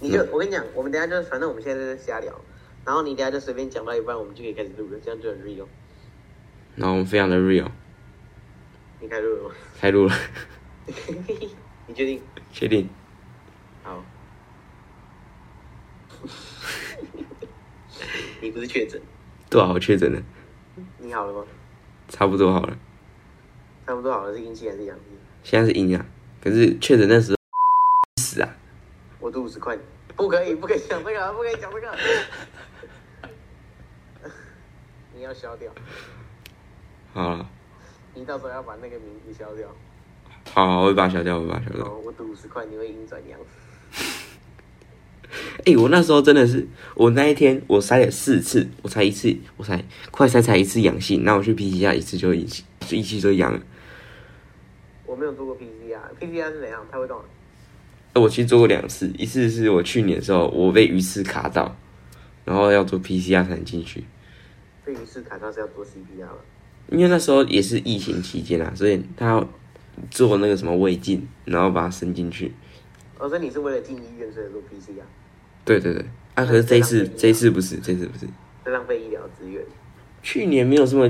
你就我跟你讲，我们等一下就是，反正我们现在在瞎聊，然后你等一下就随便讲到一半，我们就可以开始录了，这样就很 real。然后我们非常的 real，你开录了吗？ 开录了， 你决定？确定？好。 你不是确诊？多少我确诊了？你好了吗？差不多好了，差不多好了，是阴性还是阳性？现在是阴啊，可是确诊那时候 死啊，我肚子快，不可以，不可以讲这个，不可以讲这个。 你要消掉，好了，你到时候要把那个名字消掉。好我会把它消掉，我会把它消掉。哦，我赌五十块你会阴转阳。哎、我那时候真的是，我那一天我筛了四次，我才一次，我才快筛才一次阳性，那我去 PCR 一次就一起，就一起就阳了。我没有做过 PCR，PCR 是怎样？它会动啊？哎我其实做过两次，一次是我去年的时候，我被鱼刺卡到，然后要做 PCR 才能进去，对于是卡上是要做 CPR 了。因为那时候也是疫情期间啊，所以他要做那个什么胃镜，然后把它伸进去。哦，所以你是为了进医院所以做 PCR，对对对，啊，可是这一次这一次不是，这一次不是，这浪费医疗资源。去年没有这么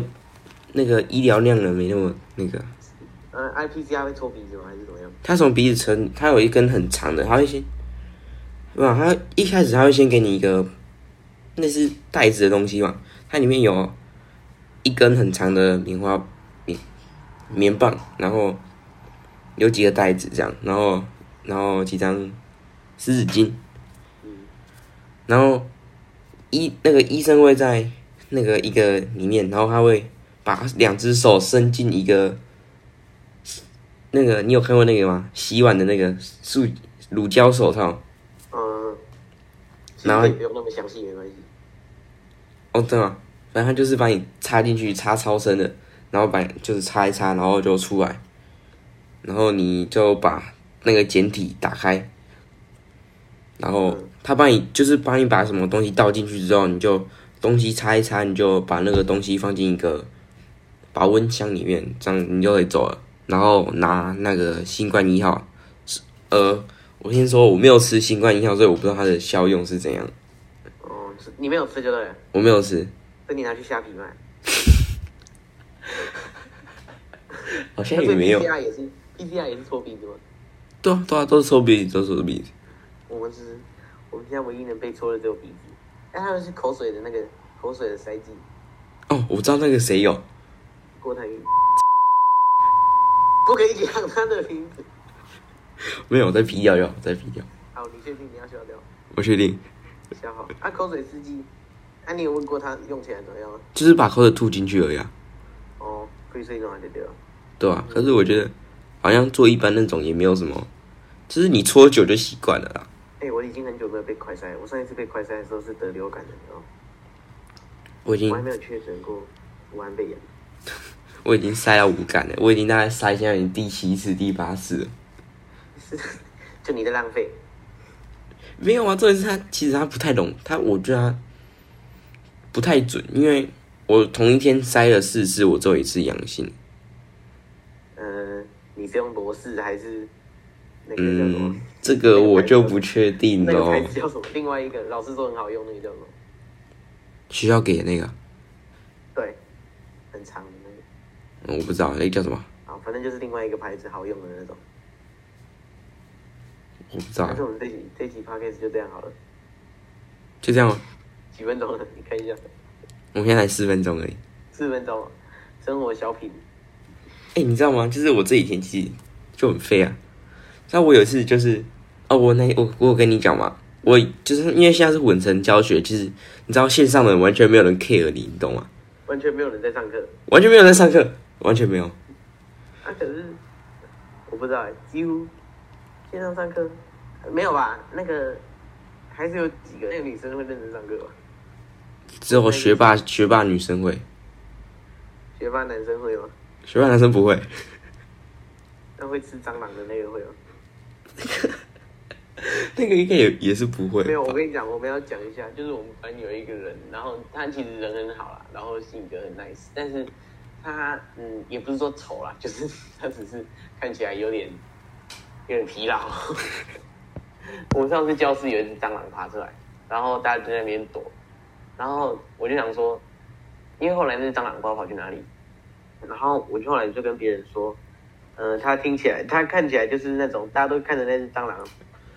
那个医疗量能没那么那个啊。嗯、i p c r 会戳鼻子吗？还是怎么样？他从鼻子撑，他有一根很长的，他会先，不，他一开始他会先给你一个那是袋子的东西嘛，它里面有一根很长的棉花棉棉棒，然后有几个袋子这样，然后然后几张湿纸巾，然后医那个医生会在那个一个里面，然后他会把两只手伸进一个。那个你有看过那个吗？洗碗的那个塑乳胶手套。嗯，其然后实也不用那么详细，没关系。哦，对吗？反正他就是把你插进去，插超深的，然后把你就是插一插，然后就出来，然后你就把那个简体打开，然后嗯他帮你就是帮你把什么东西倒进去之后，你就东西插一插，你就把那个东西放进一个保温箱里面，这样你就可以走了。然后拿那个新冠一号，是呃，我先说我没有吃新冠一号，所以我不知道它的效用是怎样，哦，是你没有吃就对了，我没有吃，那你拿去虾皮卖。好像也没有。 PCR 也是 PCR 也是戳鼻子吗？对啊，对啊，都是抽鼻子，都是抽鼻子。我们是，我们现在唯一能被戳的只有鼻子。但他们是口水的那个口水的塞剂，哦，我知道那个谁有，郭台铭。 不可以讲他的名字。没有，我再 P 掉就好，再 P 掉。好，你确定你要消掉？我确定，消好。啊，口水司机，啊，你有问过他用起来怎么样吗？就是把口水吐进去而已啊，哦，可以睡着就对了。对啊？可是我觉得好像做一般那种也没有什么，就是你搓久就习惯了啦。哎、我已经很久没有被快塞，我上一次被快塞的时候是得流感的，然后我已经我还没有确诊过武汉肺炎。 我已经塞到五感了，我已经大概塞现在已经第七次、第八次了。是，就你在浪费。没有啊，重点是他其实他不太懂，他我觉得他不太准，因为我同一天塞了四次，我只有一次阳性。呃，你是用博士还是那个叫什么？嗯，这个我就不确定 那个喽牌。子叫什么？另外一个老师说很好用，那个叫什么？学校给的那个。啊对，很长的那个。嗯我不知道那个叫什么，好，反正就是另外一个牌子好用的那种。我不知道但，是我们这集这集 podcast 就这样好了，就这样吗。几分钟了？你看一下，我们现在才四分钟而已。四分钟了。生活小品，哎、你知道吗？就是我这几天其实就很废啊。像我有一次就是，哦，我那我我有跟你讲嘛，我就是因为现在是混成教学，其实你知道线上的人完全没有人 care 你，你懂吗？完全没有人在上课。完全没有人在上课，完全没有。啊，可是我不知道欸，几乎线上上课呃没有吧？那个还是有几个那个女生会认真上课吧？只有学霸学霸女生会，学霸男生会吗？学霸男生不会。 那会吃蟑螂的那个会吗？那个应该也也是不会吧。没有，我跟你讲，我们要讲一下，就是我们班有一个人，然后他其实人很好啦，然后性格很 nice，但是他嗯，也不是说丑啦，就是他只是看起来有点有点疲劳， 我们上次教室有一只蟑螂爬出来，然后大家就在那边躲，然后我就想说，因为后来那只蟑螂不知道跑去哪里，然后我就后来就跟别人说，呃，它听起来，它看起来就是那种大家都看着那只蟑螂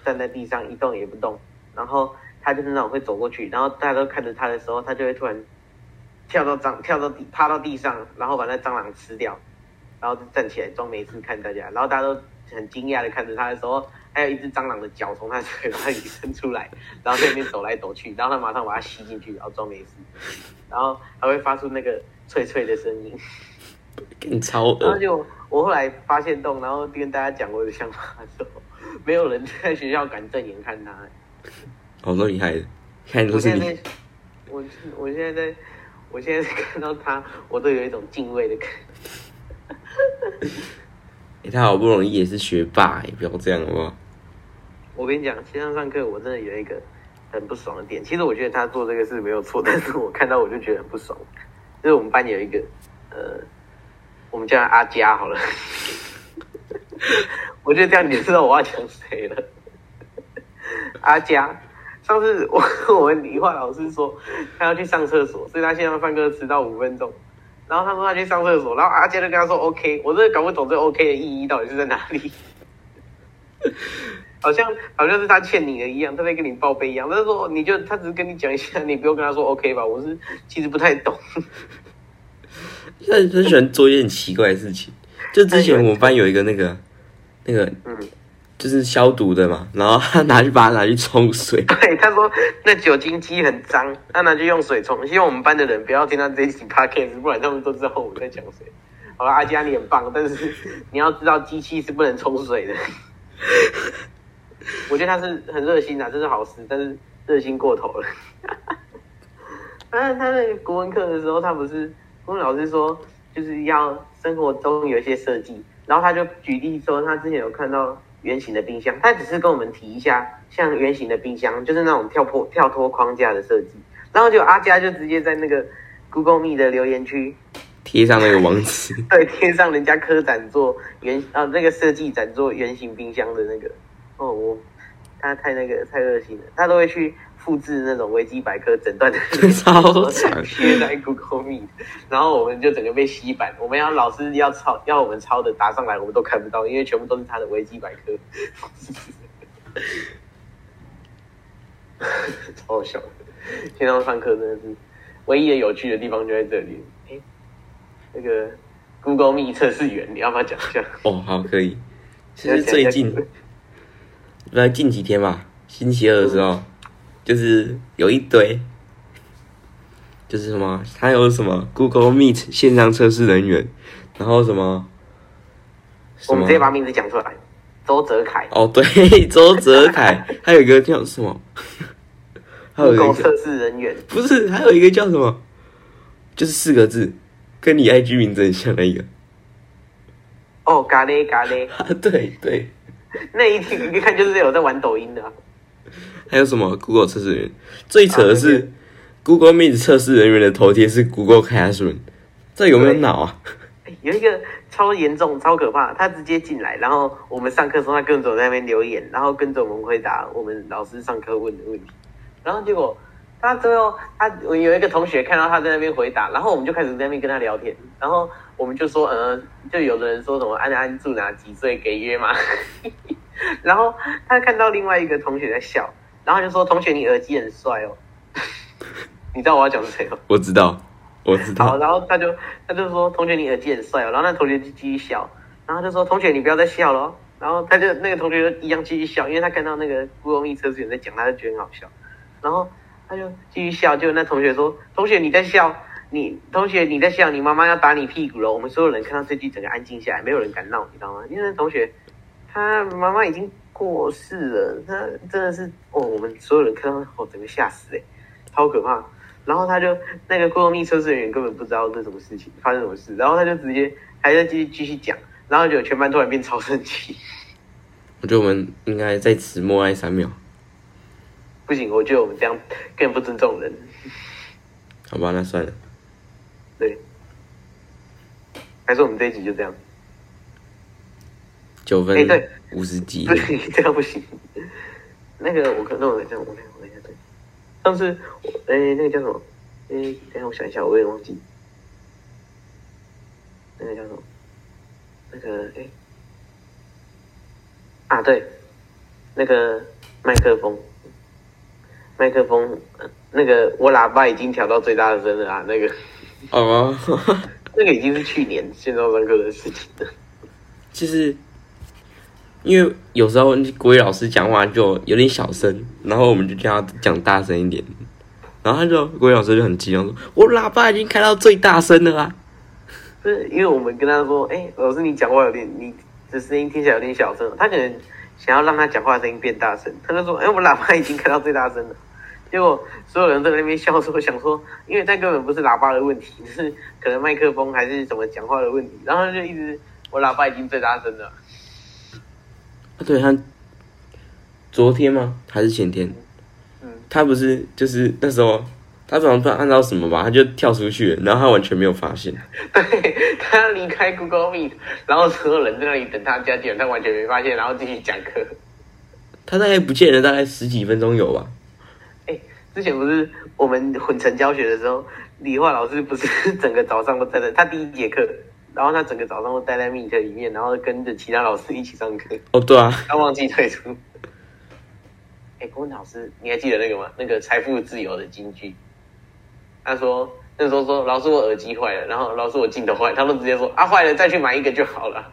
站在地上一动也不动，然后它就是那种会走过去，然后大家都看着它的时候，它就会突然跳到蟑跳到地趴到地上，然后把那蟑螂吃掉，然后就站起来装没事看大家，然后大家都很惊讶的看着它的时候，还有一只蟑螂的脚从它嘴巴里伸出来，然后在那边走来走去，然后它马上把它吸进去，然后装没事，然后还会发出那个脆脆的声音。你超然后恶，就我后来发现洞，然后跟大家讲我的想法的时候，没有人在学校敢正眼看它、好多厉害的，看都我是现你在，在，我我现在在，我现在在看到它，我都有一种敬畏的感觉。欸他好不容易也是学霸、欸，不要这样好不好？我跟你讲，线上上课我真的有一个很不爽的点。其实我觉得他做这个事没有错，但是我看到我就觉得很不爽。就是我们班有一个，呃，我们叫他阿佳好了。 我觉得这样你就知道我要讲谁了。阿佳，上次我 我们理化老师说他要去上厕所，所以他线上上课迟到五分钟。然后他说他去上厕所，然后阿佳就跟他说 OK。我真的搞不懂这 OK 的意义到底是在哪里。好像好像是他欠你的一样，他在跟你报备一样。他说你就他只是跟你讲一下， 你不用跟他说 OK 吧？我是其实不太懂， 现在很喜欢做一件奇怪的事情。就之前我们班有一个那个那个，嗯就是消毒的嘛，然后他拿去把它拿去冲水，对，他说那酒精机很脏，他拿去用水冲。希望我们班的人不要听到这一集 podcast，不然他们都知道我在讲谁。好了，阿佳你很棒，但是你要知道机器是不能冲水的。我觉得他是很热心啊，这是好事，但是热心过头了。反正他那个国文课的时候，他不是国文老师说，就是要生活中有一些设计，然后他就举例说，他之前有看到圆形的冰箱，他只是跟我们提一下，像圆形的冰箱就是那种跳脱跳脱框架的设计，然后就阿佳就直接在那个 Google Meet 的留言区贴上那个网址， 对，贴上人家科展做原啊那个设计展做圆形冰箱的那个，哦，我他太那个太热心了，他都会去复制那种维基百科诊断的 超惨贴在 Google Meet，然后我们就整个被洗版，我们要老师要抄要我们抄的打上来，我们都看不到，因为全部都是他的维基百科， 超好笑的。线上上课真的是唯一的有趣的地方就在这里。哎，那个 Google Meet 测试员，你要不要讲一下？哦，好可以。其实最近，来近几天吧，星期二的时候，就是有一堆，就是什么，他有什么 Google Meet 线上测试人员，然后什么，什我么们直接把名字讲出来，周泽楷哦，对， 周泽楷，还有一个叫什么？还有一，Google 个叫测试人员，不是，还有一个叫什么？就是四个字，跟你 IG 名字很像的一个。 哦，嘎嘞嘎嘞，啊，对对，那一听一看就是有在玩抖音的啊、还有什么 Google 测试员？最扯的啊是、Google Meet 测试人员的头贴是 Google Classroom，这有没有对脑啊？ 有一个超严重、超可怕，他直接进来，然后我们上课的时候，他跟着我在那边留言，然后跟着我们回答我们老师上课问的问题，然后结果他最后他我有一个同学看到他在那边回答，然后我们就开始在那边跟他聊天，然后我们就说，呃，就有的人说什么安安住哪几岁给约吗？ 然后他看到另外一个同学在笑，然后就说同学你耳机很帅哦， 你知道我要讲谁吗？我知道，我知好，道，然后他就他就说同学你耳机很帅哦，然后那同学就继续笑，然后他就说同学你不要再笑了哦，然后他就那个同学就一样继续笑，因为他看到那个 Google Meet 测试员在讲，他就觉得很好笑，然后他就继续笑，就那同学说同学你在笑，你同学你在笑，你妈妈要打你屁股了，我们所有人看到这句整个安静下来，没有人敢闹，你知道吗？因为那同学他妈妈已经过世了，他真的是哦，我们所有人看到哦，整个吓死哎、超可怕。然后他就那个 Google Meet 测试人员根本不知道这什么事情发生什么事，然后他就直接还在继续继续讲，然后就全班突然变超生气。我觉得我们应该在此默哀三秒，不行，我觉得我们这样更不尊重人。好吧？那算了，对，还是我们这一集就这样？九分哎对五十几哎不，行，这样不行。那个我可能我等一下我等一下我等一下对，上次我哎、那个叫什么？哎、等一下我想一下，我有点忘记。那个叫什么？那个哎、啊对，那个麦克风，麦克风，呃那个我喇叭已经调到最大声了啊，那个哦，那个已经是去年线上上课的事情了。就是因为有时候国语老师讲话就有点小声，然后我们就叫他讲大声一点，然后他就国语老师就很激动说：“我喇叭已经开到最大声了啊是因为我们跟他说，哎、老师你讲话有点，你的声音听起来有点小声，他可能想要让他讲话的声音变大声，他就说，哎、我喇叭已经开到最大声了。结果所有人都在那边笑说，想说，因为那根本不是喇叭的问题，是可能麦克风还是怎么讲话的问题，然后他就一直我喇叭已经最大声了，！” 啊，对他昨天吗？还是前天？嗯他不是就是那时候他好像不知道按到什么吧，他就跳出去了，然后他完全没有发现。对他离开 Google Meet，然后所有人在那里等他加进来，他完全没发现，然后继续讲课。他大概不见了，大概十几分钟有吧。哎，之前不是我们混成教学的时候，理化老师不是 整个早上都待在他第一节课，然后他整个早上都待在 Meet 里面，然后跟着其他老师一起上课，哦，对啊，他忘记退出。哎，郭文老师，你还记得那个吗？那个财富自由的金句，他说那时候说老师我耳机坏了，然后老师我镜头坏了，他们直接说啊坏了再去买一个就好了。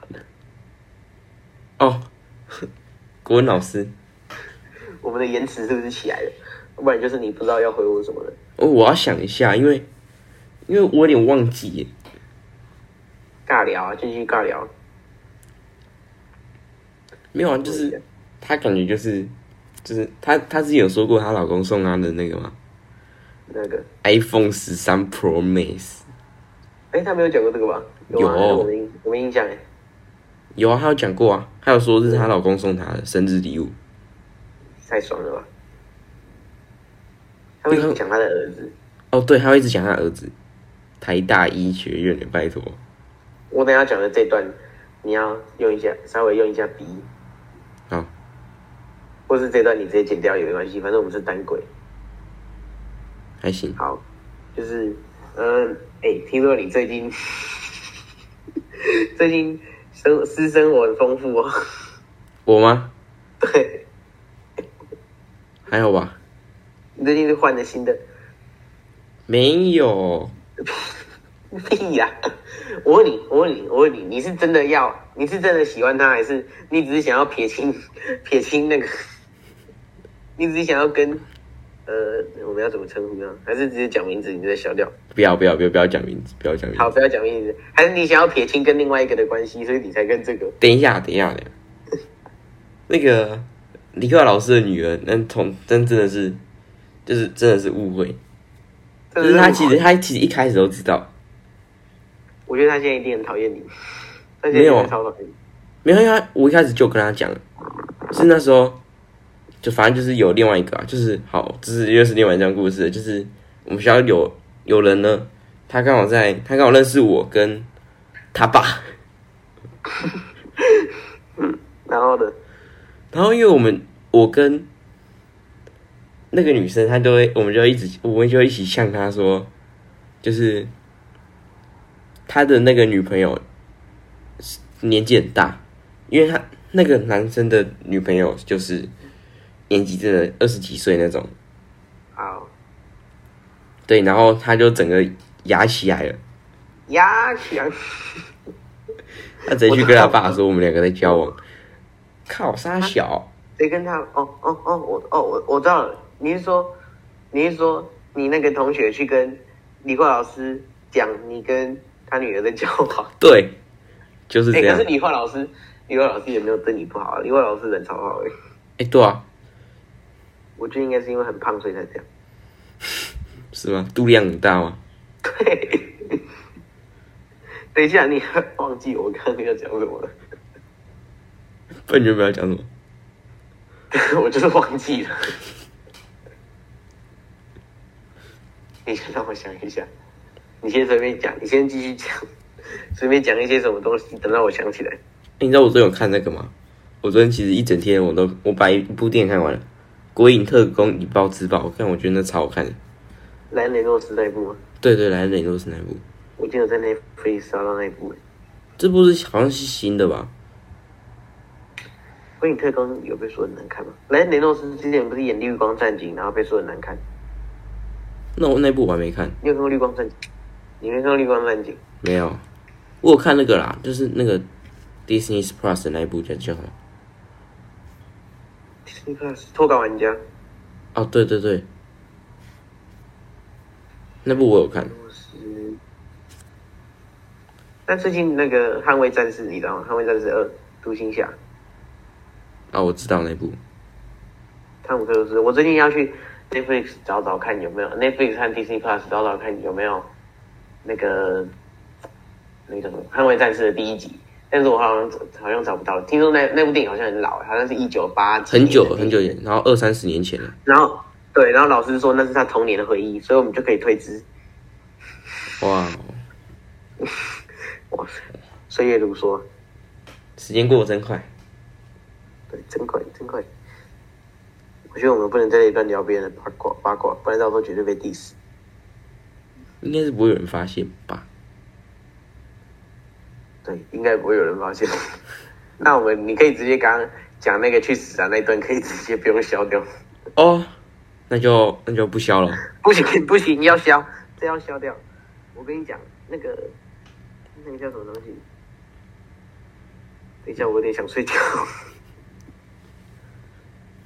哦， 国文老师，我们的延迟是不是起来了？要不然就是你不知道要回我什么了。哦，我要想一下，因为因为我有点忘记耶。尬聊啊，继续尬聊。没有啊，就是她感觉就是就是她她自己有说过她老公送她的那个嘛那个， iPhone 十三 Pro Max，哎，他没有讲过这个吧？啊，有我没印我没印象哎。有啊，她有讲过啊，她有说这是她老公送她的生日礼物。太爽了吧！他会一直讲他的儿子。哦，对，她会一直讲她儿子台大医学院的，拜托。我等一下讲的这段，你要用一下，稍微用一下鼻，好，或是这段你直接剪掉也没关系，反正我们是单轨。还行。好，就是，嗯，哎、听说你最近 最近生私生活很丰富哦。 我吗？对，还有吧？你最近是换了新的？没有。屁呀、 我问你，我问你，我问你，你是真的要，你是真的喜欢他，还是你只是想要撇清 撇清那个？ 你只是想要跟呃，我们要怎么称呼呢？还是直接讲名字，你就再消掉？不要不要不要不要讲名字，不要讲名好，字。不要讲名字，还是你想要撇清跟另外一个的关系，所以你才跟这个？等一下，等一下，等一下。那个理化老师的女儿，那同真真的是，就是真的是误会。就就是他其实他其实一开始都知道，我觉得他现在一定很讨厌你，他现在没一有定啊很超讨厌你。没有因为他我一开始就跟他讲，是那时候就反正就是有另外一个啊，就是好，这是又是另外一段故事了，就是我们学校有有人呢，他刚好在他刚好认识我跟他爸，然后呢？然后因为我们我跟那个女生，她都会，我们就一直，我们就一起向她说，就是他的那个女朋友是年纪很大，因为他那个男生的女朋友就是年纪真的二十几岁那种，好，对，然后他就整个牙起来了，呀，强，他直接去跟他爸说我们两个在交往，靠，傻小，谁跟他？哦哦哦，我哦我我知道了。你是说，你是说你那个同学去跟李焕老师讲你跟他女儿的交往？对， 就是哎、这样可是。李焕老师，李焕老师也没有对你不好啊，李焕老师人超好哎、哎、对啊，我觉得应该是因为很胖所以才这样。是吗？度量很大吗？对， 等一下你忘记我刚刚要讲什么了，不然你就不要讲什么。 我就是忘记了。你先让我想一下，你先随便讲，你先继续讲，随便讲一些什么东西，等到我想起来。欸你知道我昨天有看那个吗？我昨天其实一整天我都我把一部电影看完了，鬼影特工以暴制暴》，看我觉得那超好看的。莱恩雷诺斯那一部吗？对对，来雷诺是那部，我记得在那 f r e e 刷到那一部、欸。这部是好像是新的吧？ 《鬼影特工》有被说很难看吗？莱恩雷诺斯之前不是演《绿光战警》，然后被说很难看。那我那部我还没看，你有看过《绿光战警》？你没看过《绿光战警》？没有。我有看那个啦，就是那个 Disney Plus 的那一部叫叫什么？ Disney Plus 脱稿玩家，哦，对对对，那部我有看。我是。但最近那个《捍卫战士》，你知道吗？《捍卫战士二》独行侠，哦，我知道那部。汤姆克鲁斯。我最近要去 Netflix 找找看有没有 Netflix 和 Disney Plus 找找看有没有那个那个叫什么《捍卫战士》的第一集，但是我好像好像找不到。听说那那部电影好像很老，好像是一九八很久很久以前，然后二三十年前了。然后对，然后老师说那是他童年的回忆，所以我们就可以推知。哇哦，哇塞，岁月如梭，时间过得真快。对，真快真快。我觉得我们不能在这一段聊别人的八卦八卦，不然到时候绝对被 diss。应该是不会有人发现吧？对，应该不会有人发现。那我们你可以直接刚刚讲那个去死啊那一段，可以直接不用消掉。哦，那就那就不消了。不行不行，要消，这要消掉。我跟你讲，那个那个叫什么东西？等一下，我有点想睡觉。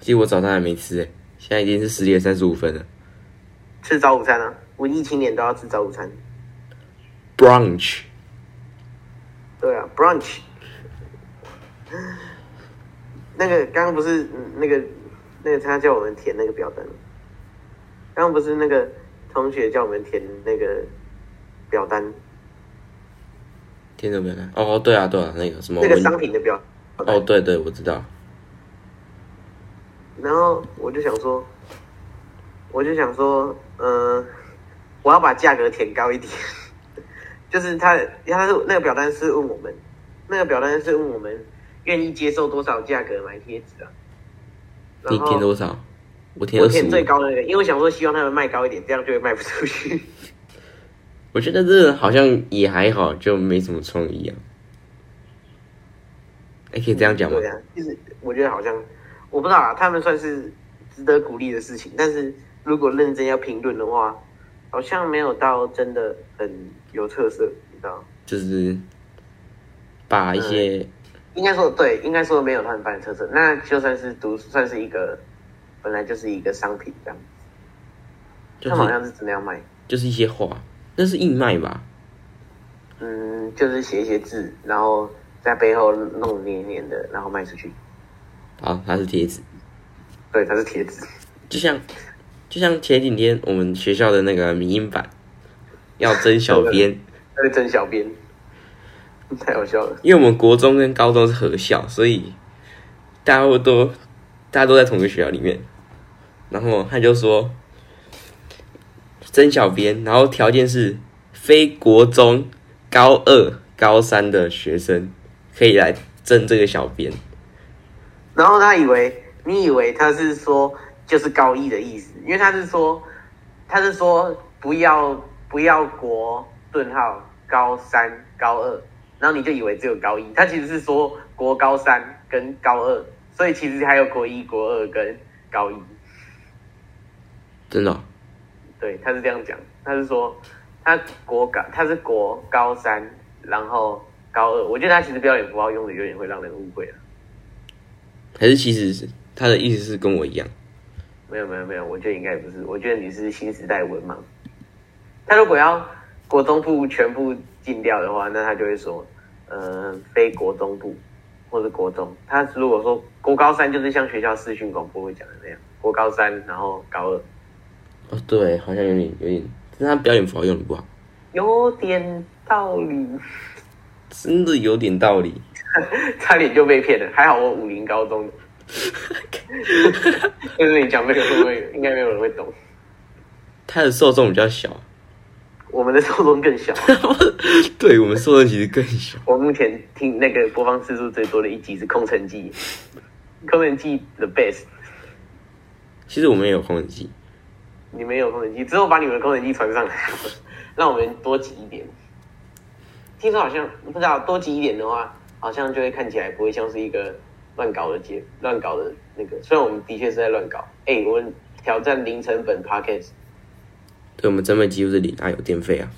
其实我早上还没吃诶、欸现在已经是十点三十五分了。吃早午餐啊，文艺青年都要吃早午餐。 Brunch，对啊，brunch。那个刚刚不是嗯那个那个他叫我们填那个表单，刚刚不是那个同学叫我们填那个表单，听着没有看？哦，对啊对啊，那个什么那个文商品的表单哦，对对，我知道。然后我就想说，我就想说，嗯、我要把价格填高一点。 就是他，他是那个表单是问我们，那个表单是问我们愿意接受多少价格买贴纸啊？你然后填多少？我填我二十填最五。高的那个，因为我想说希望他们卖高一点，这样就会卖不出去。我觉得这好像也还好，就没什么创意啊。哎， 可以这样讲吗对？啊，就是我觉得好像我不知道啊，他们算是值得鼓励的事情，但是如果认真要评论的话，好像没有到真的很有特色，你知道吗？就是把嗯一些应该说对，应该说没有他们办的特色，那就算是读算是一个本来就是一个商品这样，就他们好是像是真的要卖，就是一些画，那是义卖吧？嗯，就是写一些字，然后在背后弄黏黏的，然后卖出去。好，它是贴纸，对，它是贴纸。就像就像前几天我们学校的那个民音版要争小 编，他是真小编， 太好笑了。因为我们国中跟高中是合校，所以大家都大家都在同一个学校里面。然后他就说征小编，然后条件是非国中高二、高三的学生可以来征这个小编。然后他以为你以为他是说就是高一的意思，因为他是说他是说不要不要国顿号高三高二，然后你就以为只有高一，他其实是说国高三跟高二，所以其实还有国一、国二跟高一。真的哦、对，他是这样讲，他是说他国高他是国高三，然后高二，我觉得他其实标点符号用的有点会让人误会了。还是其实是他的意思是跟我一样？没有没有没有，我觉得应该也不是，我觉得你是新时代文盲。他如果要国中部全部禁掉的话，那他就会说，呃，非国中部或者国中。他如果说国高三，就是像学校视讯广播会讲的那样，国高三，然后高二，哦，对，好像有点有点，但他表演符号用的不好，有点道理，真的有点道理。差点就被骗了。还好我武林高中的，就是你讲这个会不会应该没有人会懂？他的受众比较小， 我们的受众更小。对我们受众其实更小。我目前听那个播放次数最多的一集是《空城计》，《空城计》the best。其实我们也有空冷机，你们有功能机，之后把你们的功能机传上来， 让我们多挤一点。听说好像不知道多挤一点的话，好像就会看起来不会像是一个乱搞的节乱搞的那个。虽然我们的确是在乱搞，哎、我们挑战零成本 p o c k e t 对我们真费几乎是零啊，有电费啊。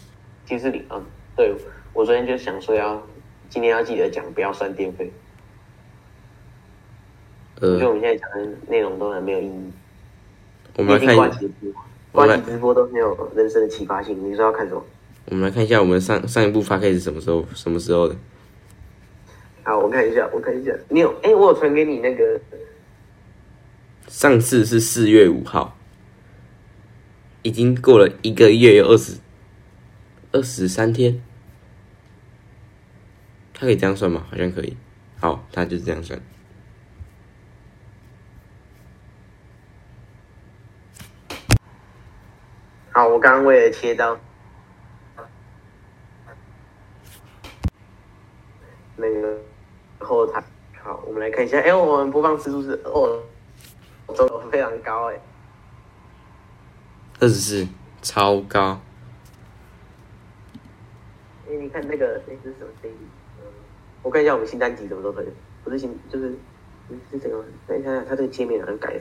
其实零啊，对我昨天就想说要今天要记得讲不要算电费，因为我呃，们现在讲的内容都很没有意义。我们来毕竟看挂一，机直播，我挂们机直播都很有人生的启发性。你说要看什么？我们来看一下我们上上一部 p a c a s 什么时候什么时候的？好，啊我看一下，我看一下，你有哎、我有传给你那个上次是四月五号，已经过了一个月有二十二十三天，它可以这样算吗？好像可以。好，它就是这样算。好，我刚刚为了切到那个后台，好，我们来看一下，哎、我们播放次数是哦，走得非常高哎、二十四，超高。哎、你看那个那、这是什么声音？嗯我看一下我们新单集什么时候推，不是新就是嗯是这个吗，等一下它这个界面好像改了，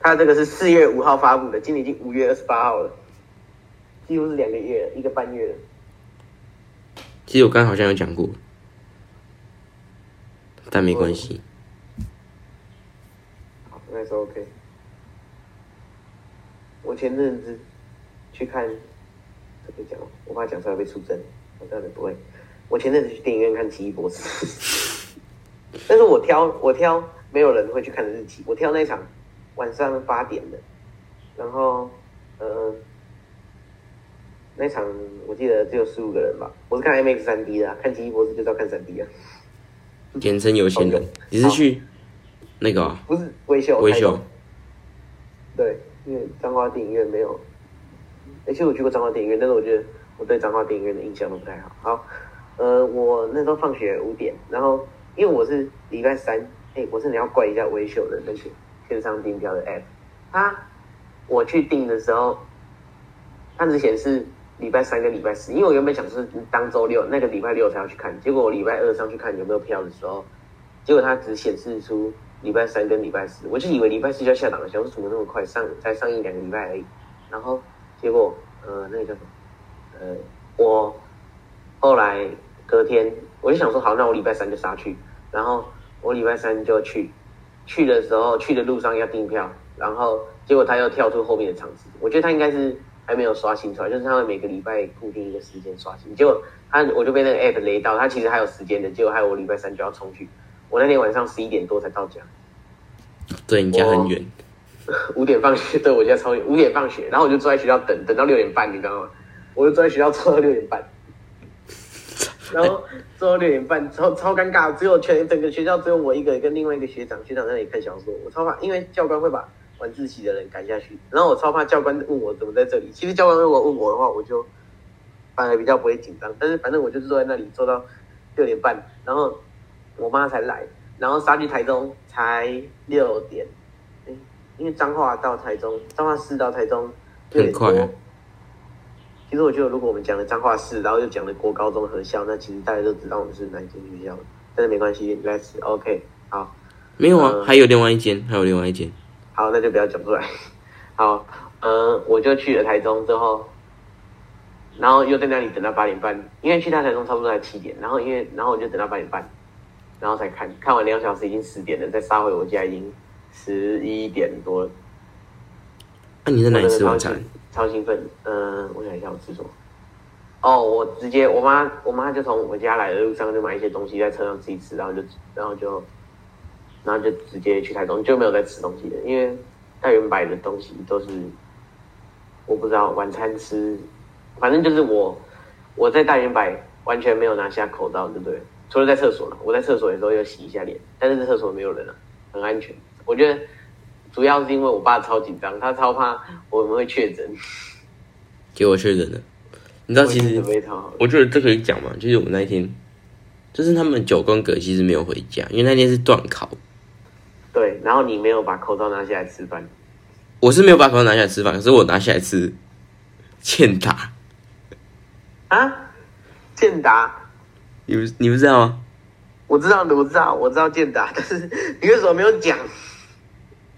它这个是四月五号发布的，今年已经五月二十八号了，几乎是两个月了，一个半月了。其实我刚刚好像有讲过，但没关系。好，那时候 OK。我前阵子去看，怎么讲？我怕讲出来被出征，我当然不会。我前阵子去电影院看《奇异博士》， 但是我挑我挑没有人会去看的日期，我挑那一场晚上八点的，然后呃，那一场我记得只有十五个人吧。我是看 IMAX 三 D 的啊、看《奇异博士》就是要看三 D 啊，人生有限人，你是去那个哦不是微秀维台修中？对，因为彰化电影院没有。而且我去过彰化电影院，但是我觉得我对彰化电影院的印象都不太好。好，呃，我那时候放学五点，然后因为我是礼拜三，哎、我真的要怪一下微秀的那些线上订票的 app，它我去订的时候，它只显示礼拜三跟礼拜四，因为我原本想是当周六那个礼拜六才要去看，结果我礼拜二上去看有没有票的时候，结果它只显示出礼拜三跟礼拜四，我就以为礼拜四就要下档了，想说怎么那么快上才上映两个礼拜而已，然后结果呃那个叫什么呃我后来隔天我就想说好，那我礼拜三就杀去，然后我礼拜三就去，去的时候去的路上要订票，然后结果他又跳出后面的场次，我觉得他应该是还没有刷新出来，就是他会每个礼拜固定一个时间刷新，结果他我就被那个 app 雷到，他其实还有时间的，结果害我礼拜三就要冲去，我那天晚上十一点多才到家，对你家很远，五点放学，对我家超远，五点放学，然后我就坐在学校等，等到六点半，你知道吗？我就坐在学校坐到六点 半，然后坐到六点半，超超尴尬，只有全整个学校只有我一个跟另外一个学长，学长在那里看小说，我超怕，因为教官会把晚自习的人赶下去，然后我超怕教官问我怎么在这里。其实教官如果问我的话，我就反而比较不会紧张，但是反正我就是坐在那里坐到六点半，然后我妈才来，然后杀去台中才六点。因为彰化到台中，彰化市到台中有点多很快啊。其实我觉得，如果我们讲了彰化市，然后又讲了国高中合校，那其实大家都知道我们是哪一间学校了。但是没关系，来吃 OK，好，没有啊，呃还有另外一间，还有另外一间。好，那就不要讲出来。 好，嗯，我就去了台中之后，然后又在那里等到八点半，因为去到台中差不多才七点，然后因为然后我就等到八点半，然后才看，看完两小时已经十点了，再杀回我家已经十一点多了。那、啊你在哪里吃晚我真餐的？超兴？超兴奋。嗯，我想一下，我吃什么？哦，我直接我妈我妈就从我家来的路上就买一些东西在车上自己吃，然后就然后就然后就直接去台中，就没有在吃东西的，因为太原买的东西都是我不知道晚餐吃，反正就是我我在大圆柏完全没有拿下口罩，对不对？除了在厕所了，我在厕所的时候有洗一下脸，但是在厕所没有人啊，很安全。我觉得主要是因为我爸超紧张，他超怕我们会确诊。结果确诊了。你知道，其实准备超好了，我觉得这可以讲嘛，就是我们那一天，就是他们九宫格其实没有回家，因为那天是断考。对，然后你没有把口罩拿下来吃饭，我是没有把口罩拿下来吃饭，可是我拿下来吃 欠打，啊，健达，你不你不知道吗？我知道，我知道，我知道健达，但 是你为什么没有讲？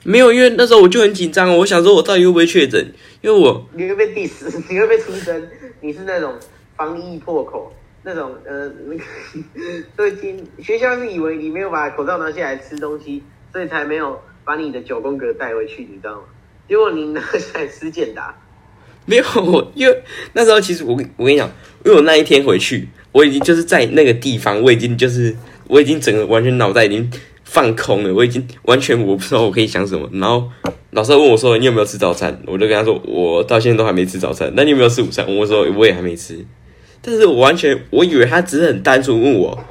没有，因为那时候我就很紧张，我想说我到底会不会确诊，因为我你会被 diss，你会被出征，你是那种防疫破口，那种呃那个， 所以今学校是以为你没有把口罩拿下来吃东西，所以才没有把你的九宫格带回去，你知道吗？结果你拿下来吃健达，没有，我因为那时候其实我跟我跟你讲，因为我那一天回去，我已经就是在那个地方，我已经就是我已经整个完全脑袋已经放空了，我已经完全我不知道我可以想什么。然后老师还问我说：“你有没有吃早餐？”我就跟他说：“我到现在都还没吃早餐。”那你有没有吃午餐？我说：“我也还没吃。”但是我完全我以为他只是很单纯问我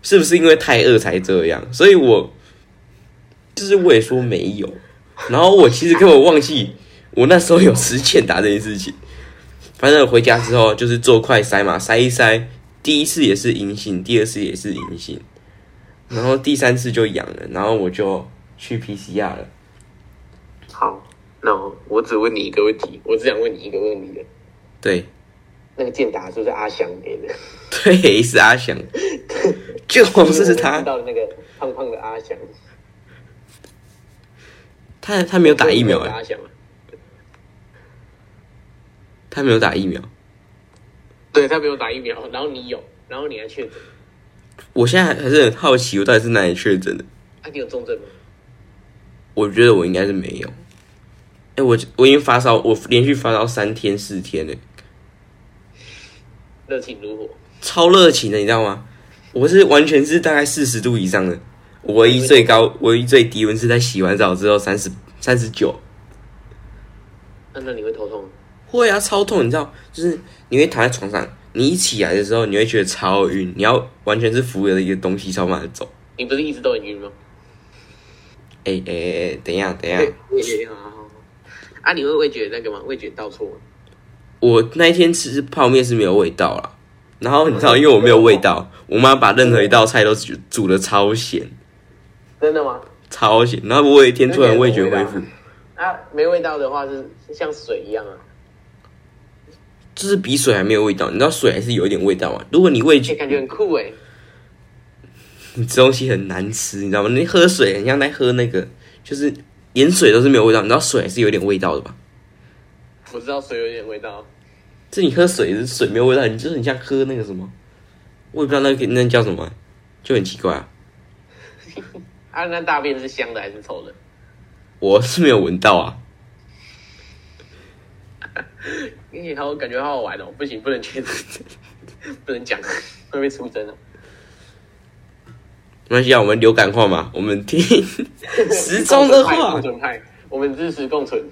是不是因为太饿才这样，所以我就是我也说没有。然后我其实根本忘记我那时候有吃欠打这件事情。反正回家之后就是做快筛嘛，筛一筛，第一次也是阴性，第二次也是阴性，然后第三次就阳了，然后我就去 PCR 了。好，那我我只问你一个问题，我只想问你一个问题，对，那个健达是不是阿翔给 的？对，是阿 翔，就是他知，道的那个胖胖的阿翔，他他没有打疫苗哎、阿翔啊，他没有打疫苗。对他没有打疫苗，然后你有，然后你还确诊，我现在还是很好奇，我到底是哪里确诊的？啊，你有重症吗？我觉得我应该是没有。哎、我我已经发烧，我连续发烧三天四天了、热情如火。超热情的，你知道吗？我是完全是大概四十度以上的，我唯一最高、唯一最低温是在洗完澡之后三十三十九。那那你会头痛？会啊，超痛，你知道，就是你会躺在床上，你一起来的时候，你会觉得超晕，你要完全是扶着一个东西超慢的走。你不是一直都很晕吗？哎哎哎，哎等一下，等一下，对，味觉啊。好好好啊，你会味觉那个吗？味觉倒错吗？我那一天吃泡面是没有味道啦，然后你知道，因为哦我没有味道，我妈把任何一道菜都煮煮的超咸，真的吗？超咸。然后我有一天突然味觉恢复，啊，没味道的话是是像水一样啊。就是比水还没有味道，你知道水还是有一点味道啊。如果你味哎、觉感觉很酷哎、嗯你吃东西很难吃，你知道吗？你喝水很像在喝那个，就是连水都是没有味道，你知道水还是有点味道的吧？我知道水有点味道，这你喝水是水没有味道，你就是很像喝那个什么，我也不知道那个那叫什么，就很奇怪啊。啊，那大便是香的还是臭的？我是没有闻到啊，你好，感觉好好玩哦。不行，不能确诊，不能讲，会被出征哦。没关系啊，我们流感话嘛，我们听时钟的话共，存派，我们支持共存。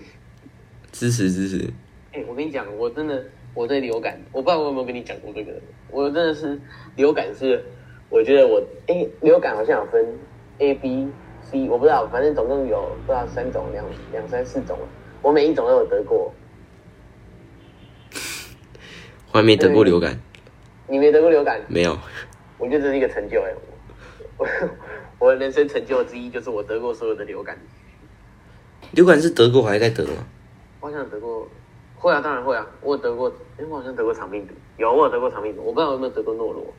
支持支持。哎、我跟你讲，我真的我对流感，我不知道我有没有跟你讲过这个，我真的是流感是，我觉得我哎、流感好像有分 A、B、C，我不知道，反正总共有不知道三种两两三四种，啊我每一种都有得过。我还没得过流感，你没得过流感，没有。我觉得这是一个成就哎、我 我的人生成就之一就是我得过所有的流感，流感是得过还是在得吗？我好像有得过，会啊，当然会啊，我有得过，哎、我好像得过肠病毒，有我有得过肠病毒，我不知道我有没有得过诺罗，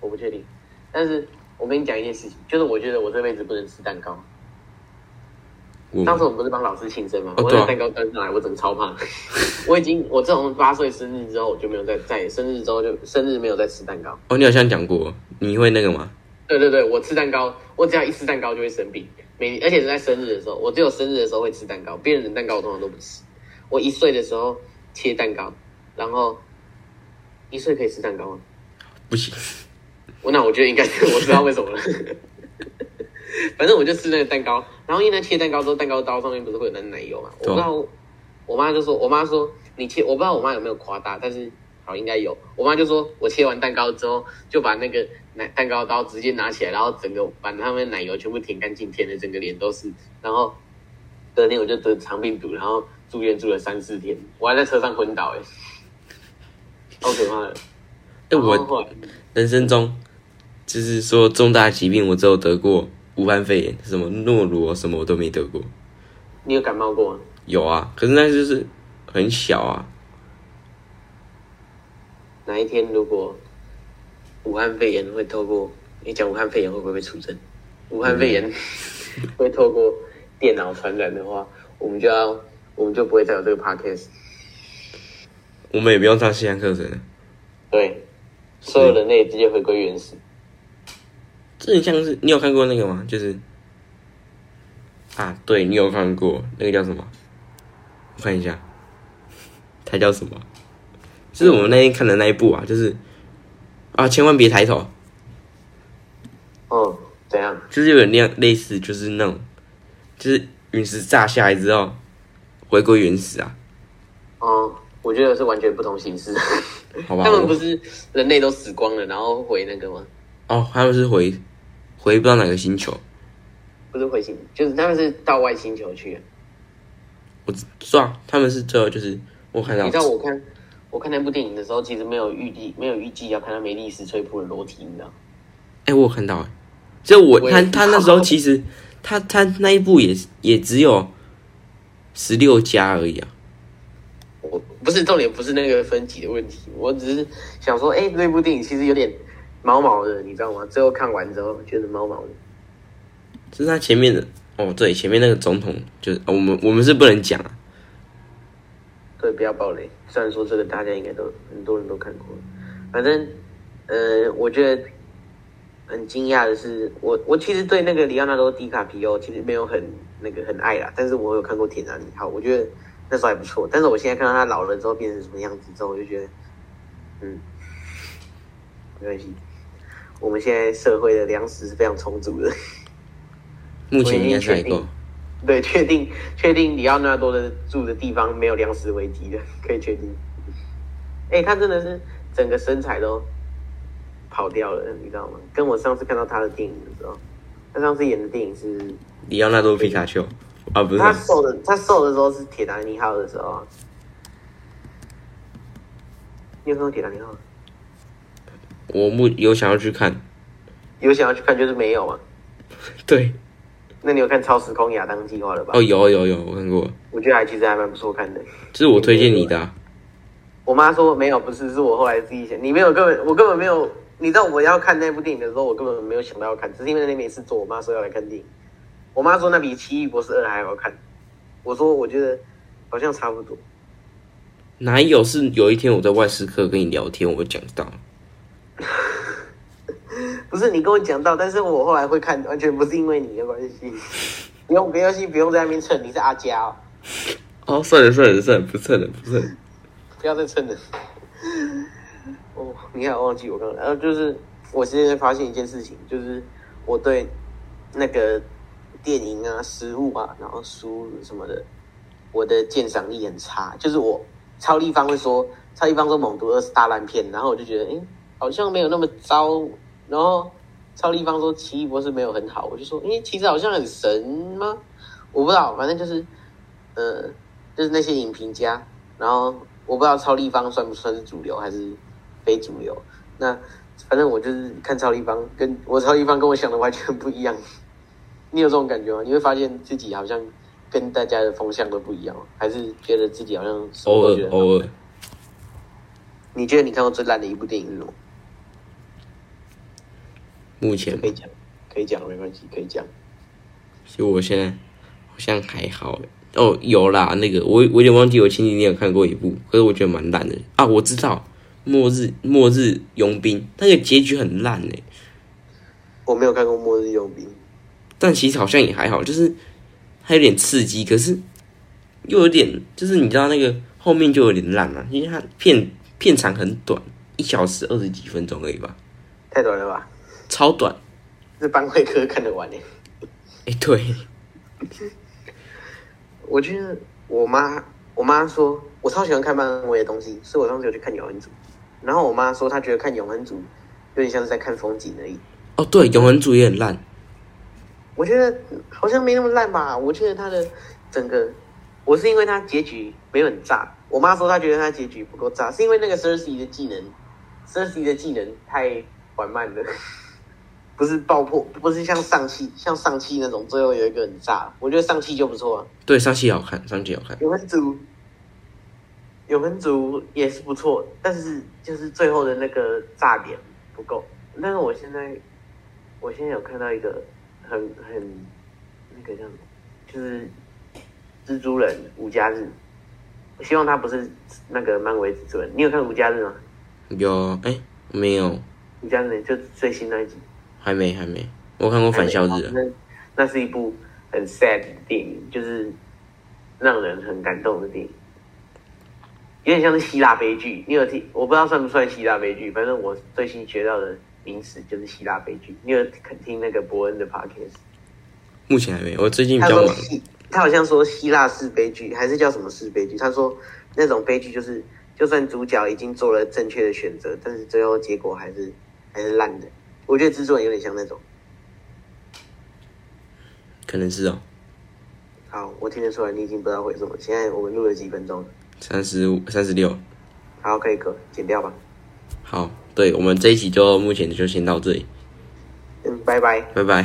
我不确定。但是我跟你讲一件事情，就是我觉得我这辈子不能吃蛋糕。我当时我们不是帮老师庆生吗？嗯哦我对啊那蛋糕端上来，我整个超胖。 我已经我自从八岁生日之后，我就没有再再生日之后就生日没有再吃蛋糕。哦，你好像讲过，你会那个吗？对对对，我吃蛋糕，我只要一吃蛋糕就会生病。每而且是在生日的时候，我只有生日的时候会吃蛋糕，别人的蛋糕我通常都不吃。我一岁的时候切蛋糕，然后一岁可以吃蛋糕吗？不行，我那我觉得应该 是我知道为什么了。反正我就吃那个蛋糕，然后因为那切蛋糕之后，蛋糕刀上面不是会有那奶油嘛？我不啊知道，我妈就说，我妈说你切，我不知道我妈有没有夸大，但是好应该有。我妈就说我切完蛋糕之后，就把那个奶蛋糕刀直接拿起来，然后整个把他们奶油全部舔干净，舔的整个脸都是。然后隔天我就得肠病毒，然后住院住了三四天，我还在车上昏倒、欸，哎，好可怕的。哎，我然后后来人生中，就是说重大疾病，我哦只有得过武汉肺炎，什么诺罗什么我都没得过。你有感冒过吗？有啊，可是那就是很小啊。哪一天如果武汉肺炎会透过你讲武汉肺炎会不会出征？武汉肺炎嗯 会透过电脑传染的话，我们就要我们就不会再有这个 podcast。我们也不用上线上课程了，啊对，所有人类直接回归原始。这很像是你有看过那个吗？就是啊，对你有看过那个叫什么？我看一下，它叫什么？就是我们那天看的那一部啊，就是啊，千万别抬头，嗯，怎样？就是有点类类似，就是那种，就是陨石炸下来之后回归原始啊，哦，我觉得是完全不同形式。好 吧？他们不我是人类都死光了，然后回那个吗？哦，他们是回回不知道哪个星球，不是回星，就是他们是到外星球去了。我知道他们是最后就是我看到你知道我看我看那部电影的时候，其实没有预计，没有预计要看到梅丽史翠普的裸体，你知道吗？哎、我有看到哎、就我我也他他那时候其实他他那一部也也只有十六家而已啊。我不是重点，不是那个分级的问题，我只是想说，哎、那部电影其实有点毛毛的，你知道吗？最后看完之后觉得毛毛的。就是他前面的哦，对，前面那个总统就是、哦我们我们是不能讲啊，对，不要暴雷。虽然说这个大家应该都很多人都看过了，反正呃，我觉得很惊讶的是，我我其实对那个里奥纳多·迪卡皮奥其实没有很那个很爱啦，但是我有看过《铁达尼号》，我觉得那时候还不错。但是我现在看到他老了之后变成什么样子之后，我就觉得，嗯，没关系。我们现在社会的粮食是非常充足的。目前应该是还我已经确够定。对，确定确定里奥纳多的住的地方没有粮食危机的，可以确定。哎、他真的是整个身材都跑掉了，你知道吗？跟我上次看到他的电影的时候，他上次演的电影是里奥纳多皮卡丘啊，不是他瘦的，他瘦的时候是《铁达尼号》的时候啊。你有看过《铁达尼号》吗？我目有想要去看，有想要去看，就是没有啊。对，那你有看《超时空亚当计划》了吧？哦，有有有，我看过，我觉得还其实还蛮不错看的。这是我推荐你的、啊，我妈说没有，不是，是我后来自己想。你没有根本，我根本没有。你知道我要看那部电影的时候，我根本没有想到要看，只是因为那天没事做，我妈说要来看电影。我妈说那比《奇异博士二》还好看。我说我觉得好像差不多。哪有是有一天我在外事课跟你聊天，我讲到不是你跟我讲到，但是我后来会看，完全不是因为你的关系。不用，不用戏，不用在那边蹭，你是阿佳、哦，哦，算了算了算了，不蹭了不蹭了，不要再蹭了。 哦，你看我忘记我刚刚，然后就是我现在发现一件事情，就是我对那个电影啊、食物啊，然后书什么的，我的鉴赏力很差。就是我超立方会说，超立方说猛毒二是大烂片，然后我就觉得，诶，好像没有那么糟。然后超立方说奇异博士没有很好，我就说，诶，其实好像很神吗？我不知道，反正就是，呃，就是那些影评家，然后我不知道超立方算不算是主流还是非主流。那反正我就是看超立方，跟我超立方跟我想的完全不一样。 你有这种感觉吗？你会发现自己好像跟大家的风向都不一样，还是觉得自己好像什么偶都觉得尔好偶尔，你觉得你看过最烂的一部电影是什么？目前可以讲，可以讲，没关系，可以讲。就我现在好像还好欸哦，有啦，那个我我有点忘记，我前几天有看过一部，可是我觉得蛮烂的啊。我知道《末日末日佣兵》那个结局很烂欸诶，我没有看过《末日佣兵》，但其实好像也还好，就是它有点刺激，可是又有点就是你知道那个后面就有点烂了、啊因为它片片长很短，一小时二十几分钟而已吧，太短了吧？超短。这班会科看得完欸呢、哎、对，我觉得我妈，我妈说，我超喜欢看漫威的东西，所以我上次有去看《永恒族》，然后我妈说她觉得看《永恒族》有点像是在看风景而已。哦对，《永恒族》也很烂，我觉得好像没那么烂吧。我觉得他的整个，我是因为他结局没有很炸。我妈说她觉得他结局不够炸，是因为那个 Cersei 的技能，Cersei 的技能太缓慢了。 不是爆破，不是像上汽像上汽那种，最后有一个人炸了。我觉得上汽就不错啊，对，上期也好看，上期也好看。永恒族，永恒族也是不错，但是就是最后的那个炸点不够。但是我现在，我现在有看到一个很很那个叫什么，就是蜘蛛人无家日。我希望他不是那个漫威蜘蛛人。你有看无家日吗？有哎、没有，无家日就最新那一集。还没还没，我看过《返校日》啊了。那那是一部很 sad 的电影，就是让人很感动的电影，有点像是希腊悲剧。你有听？我不知道算不算希腊悲剧，反正我最新学到的名词就是希腊悲剧。你有肯听那个伯恩的 podcast？目前还没，我最近比他较说忙。希，他好像说希腊式悲剧，还是叫什么式悲剧？他说那种悲剧就是，就算主角已经做了正确的选择，但是最后结果还是还是烂的。我觉得制作人有点像那种。可能是哦，好，我听得出来你已经不知道回什么。现在我们录了几分钟了，三十五、三十六。好，可以割，剪掉吧。好，对我们这一期就目前就先到这里，嗯，拜拜。拜拜。